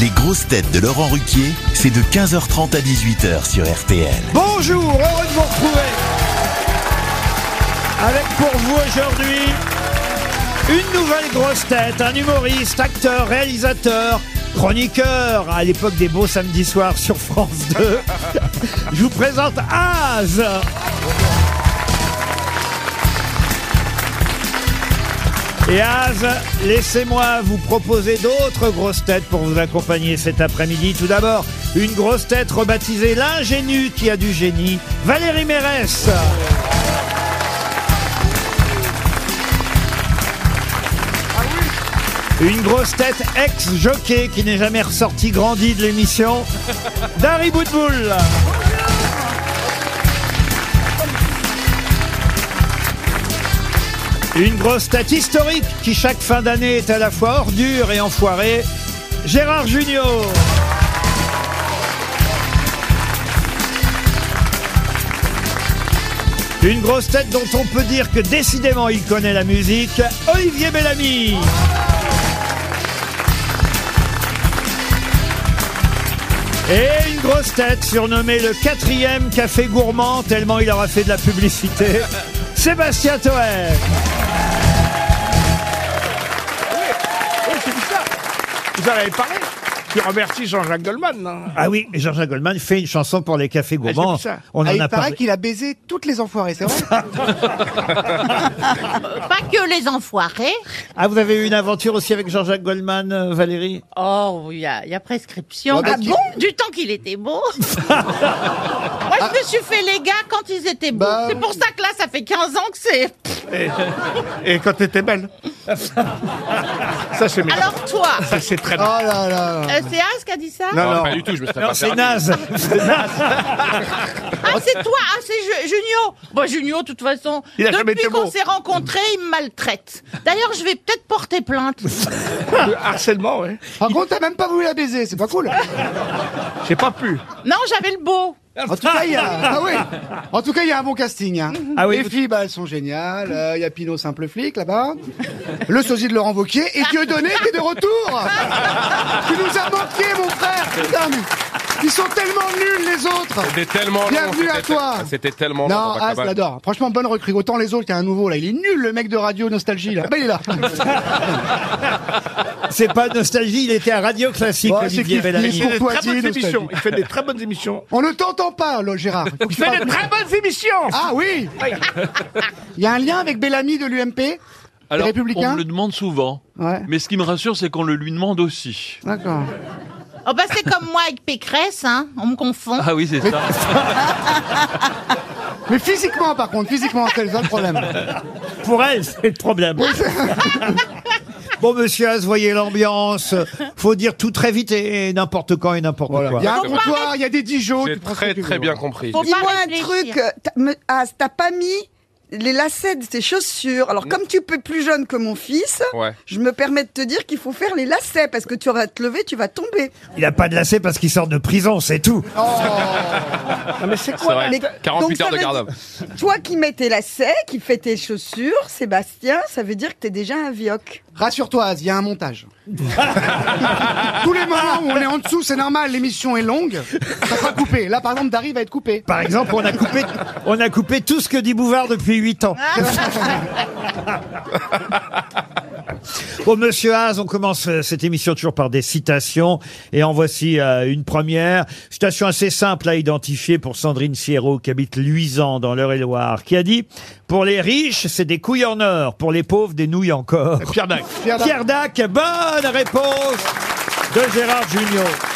Les grosses têtes de Laurent Ruquier, c'est de 15h30 à 18h sur RTL. Bonjour, heureux de vous retrouver. Avec pour vous aujourd'hui une nouvelle grosse tête, un humoriste, acteur, réalisateur, chroniqueur à l'époque des beaux samedis soirs sur France 2. Je vous présente Az. Et Az, laissez-moi vous proposer d'autres grosses têtes pour vous accompagner cet après-midi. Tout d'abord, une grosse tête rebaptisée l'ingénue qui a du génie, Valérie Mérès. Une grosse tête ex-jockey qui n'est jamais ressorti grandi de l'émission, Dari Boudboul. Une grosse tête historique qui chaque fin d'année est à la fois ordure et enfoirée, Gérard Junior. Une grosse tête dont on peut dire que décidément il connaît la musique, Olivier Bellamy. Et une grosse tête surnommée le quatrième café gourmand tellement il aura fait de la publicité, Sébastien Toer. Oui, c'est ça. Vous en avez parlé. Tu remercies Jean-Jacques Goldman. non Ah oui, et Jean-Jacques Goldman fait une chanson pour les cafés gourmands. Ah, j'ai vu ça. On Ah, en il a paraît parlé. qu'il a baisé toutes les enfoirées, c'est vrai Pas que les enfoirés. Ah, vous avez eu une aventure aussi avec Jean-Jacques Goldman, euh, Valérie Oh, il y a, il y a prescription. Bah, Ah Du- bon Du temps qu'il était beau. Moi, je me suis fait les gars quand ils étaient beaux. Bah, c'est pour ça que là, ça fait 15 ans que c'est... Et quand t'étais belle. ça, c'est mes- Alors toi, Ça, c'est très Oh là là là. euh, c'est As qui a dit ça Non, non. Pas du tout, je me serais Non, pas c'est servi. naze. Ah, c'est toi Ah, c'est Ju- Junio Bon, Junio, de toute façon, Il a jamais depuis été qu'on beau. s'est rencontrés, il me maltraite. D'ailleurs, je vais peut-être porter plainte. Le harcèlement, ouais. Par contre, t'as même pas voulu la baiser, c'est pas cool J'ai pas pu. Non, j'avais le beau. En tout cas, il y a, ah oui. En tout cas, il y a un bon casting. hein. Ah oui, Les vous- filles, bah, elles sont géniales. Euh, Il y a Pinot, simple flic, là-bas. Le sosie de Laurent Wauquiez. Et Dieudonné qui est de retour Tu nous as manqué, mon frère Putain, mais ils sont tellement nuls, les autres C'était tellement long, Bienvenue à c'était toi. tel- C'était tellement long, Non, on va ah, pas- je l'adore. Franchement, bonne recrue. Autant les autres, il y a un nouveau, là. Il est nul, le mec de Radio Nostalgie, là. Bah, il est là. c'est pas nostalgie, il était à Radio Classique, Ouais, c'est Olivier qu'il- Bellamy. il- Il fait des Pourquoi très bonnes dis-nous, émissions. Stadi Il fait des très bonnes émissions. On ne t'entend pas, là, Gérard. Faut que Il tu fait parles des plus. très bonnes émissions. Ah oui Il y a un lien avec Bellamy de l'UMP Les Alors, Républicains on me le demande souvent. Ouais. Mais ce qui me rassure, c'est qu'on le lui demande aussi. D'accord. Oh, bah, c'est comme moi avec Pécresse, hein. On me confond. Ah oui, c'est ça. Mais physiquement, par contre, physiquement, c'est ça le problème. Pour elle, c'est le problème. Bon, monsieur As, voyez l'ambiance. Faut dire tout très vite et et n'importe quand et n'importe Voilà. Il y quoi. a un Bah, Exactement. comptoir, il y a des Dijon. J'ai tu prends ce très que tu très veux, bien voilà. compris. Faut pas Dis-moi un réfléchir. truc, euh, t'as- me- ah, t'as pas mis les lacets de tes chaussures. Alors, comme tu peux plus jeune que mon fils, Ouais. je me permets de te dire qu'il faut faire les lacets parce que tu vas te lever, tu vas tomber. Il a pas de lacet parce qu'il sort de prison, c'est tout. Ah, mais C'est c'est quoi vrai. Mais- 48 donc ça heures de veut dire- garde-robe. Toi qui mets tes lacets, qui fais tes chaussures, Sébastien, ça veut dire que t'es déjà un vioc. Rassure-toi, Az, il y a un montage. Tous les moments où on est en dessous, c'est normal, l'émission est longue, ça sera coupé. Là, par exemple, Dari va être coupé. Par exemple, on a coupé, on a coupé tout ce que dit Bouvard depuis 8 ans. Bon, monsieur Haas, on commence euh, cette émission toujours par des citations. Et en voici euh, une première. Citation assez simple à identifier pour Sandrine Sierro, qui habite Luisan, dans l'Eure-et-Loire, qui a dit « Pour les riches, c'est des couilles en or. Pour les pauvres, des nouilles Ah, encore. Pierre Dac. » Pierre Dac. Pierre Dac, bonne réponse de Gérard Junior.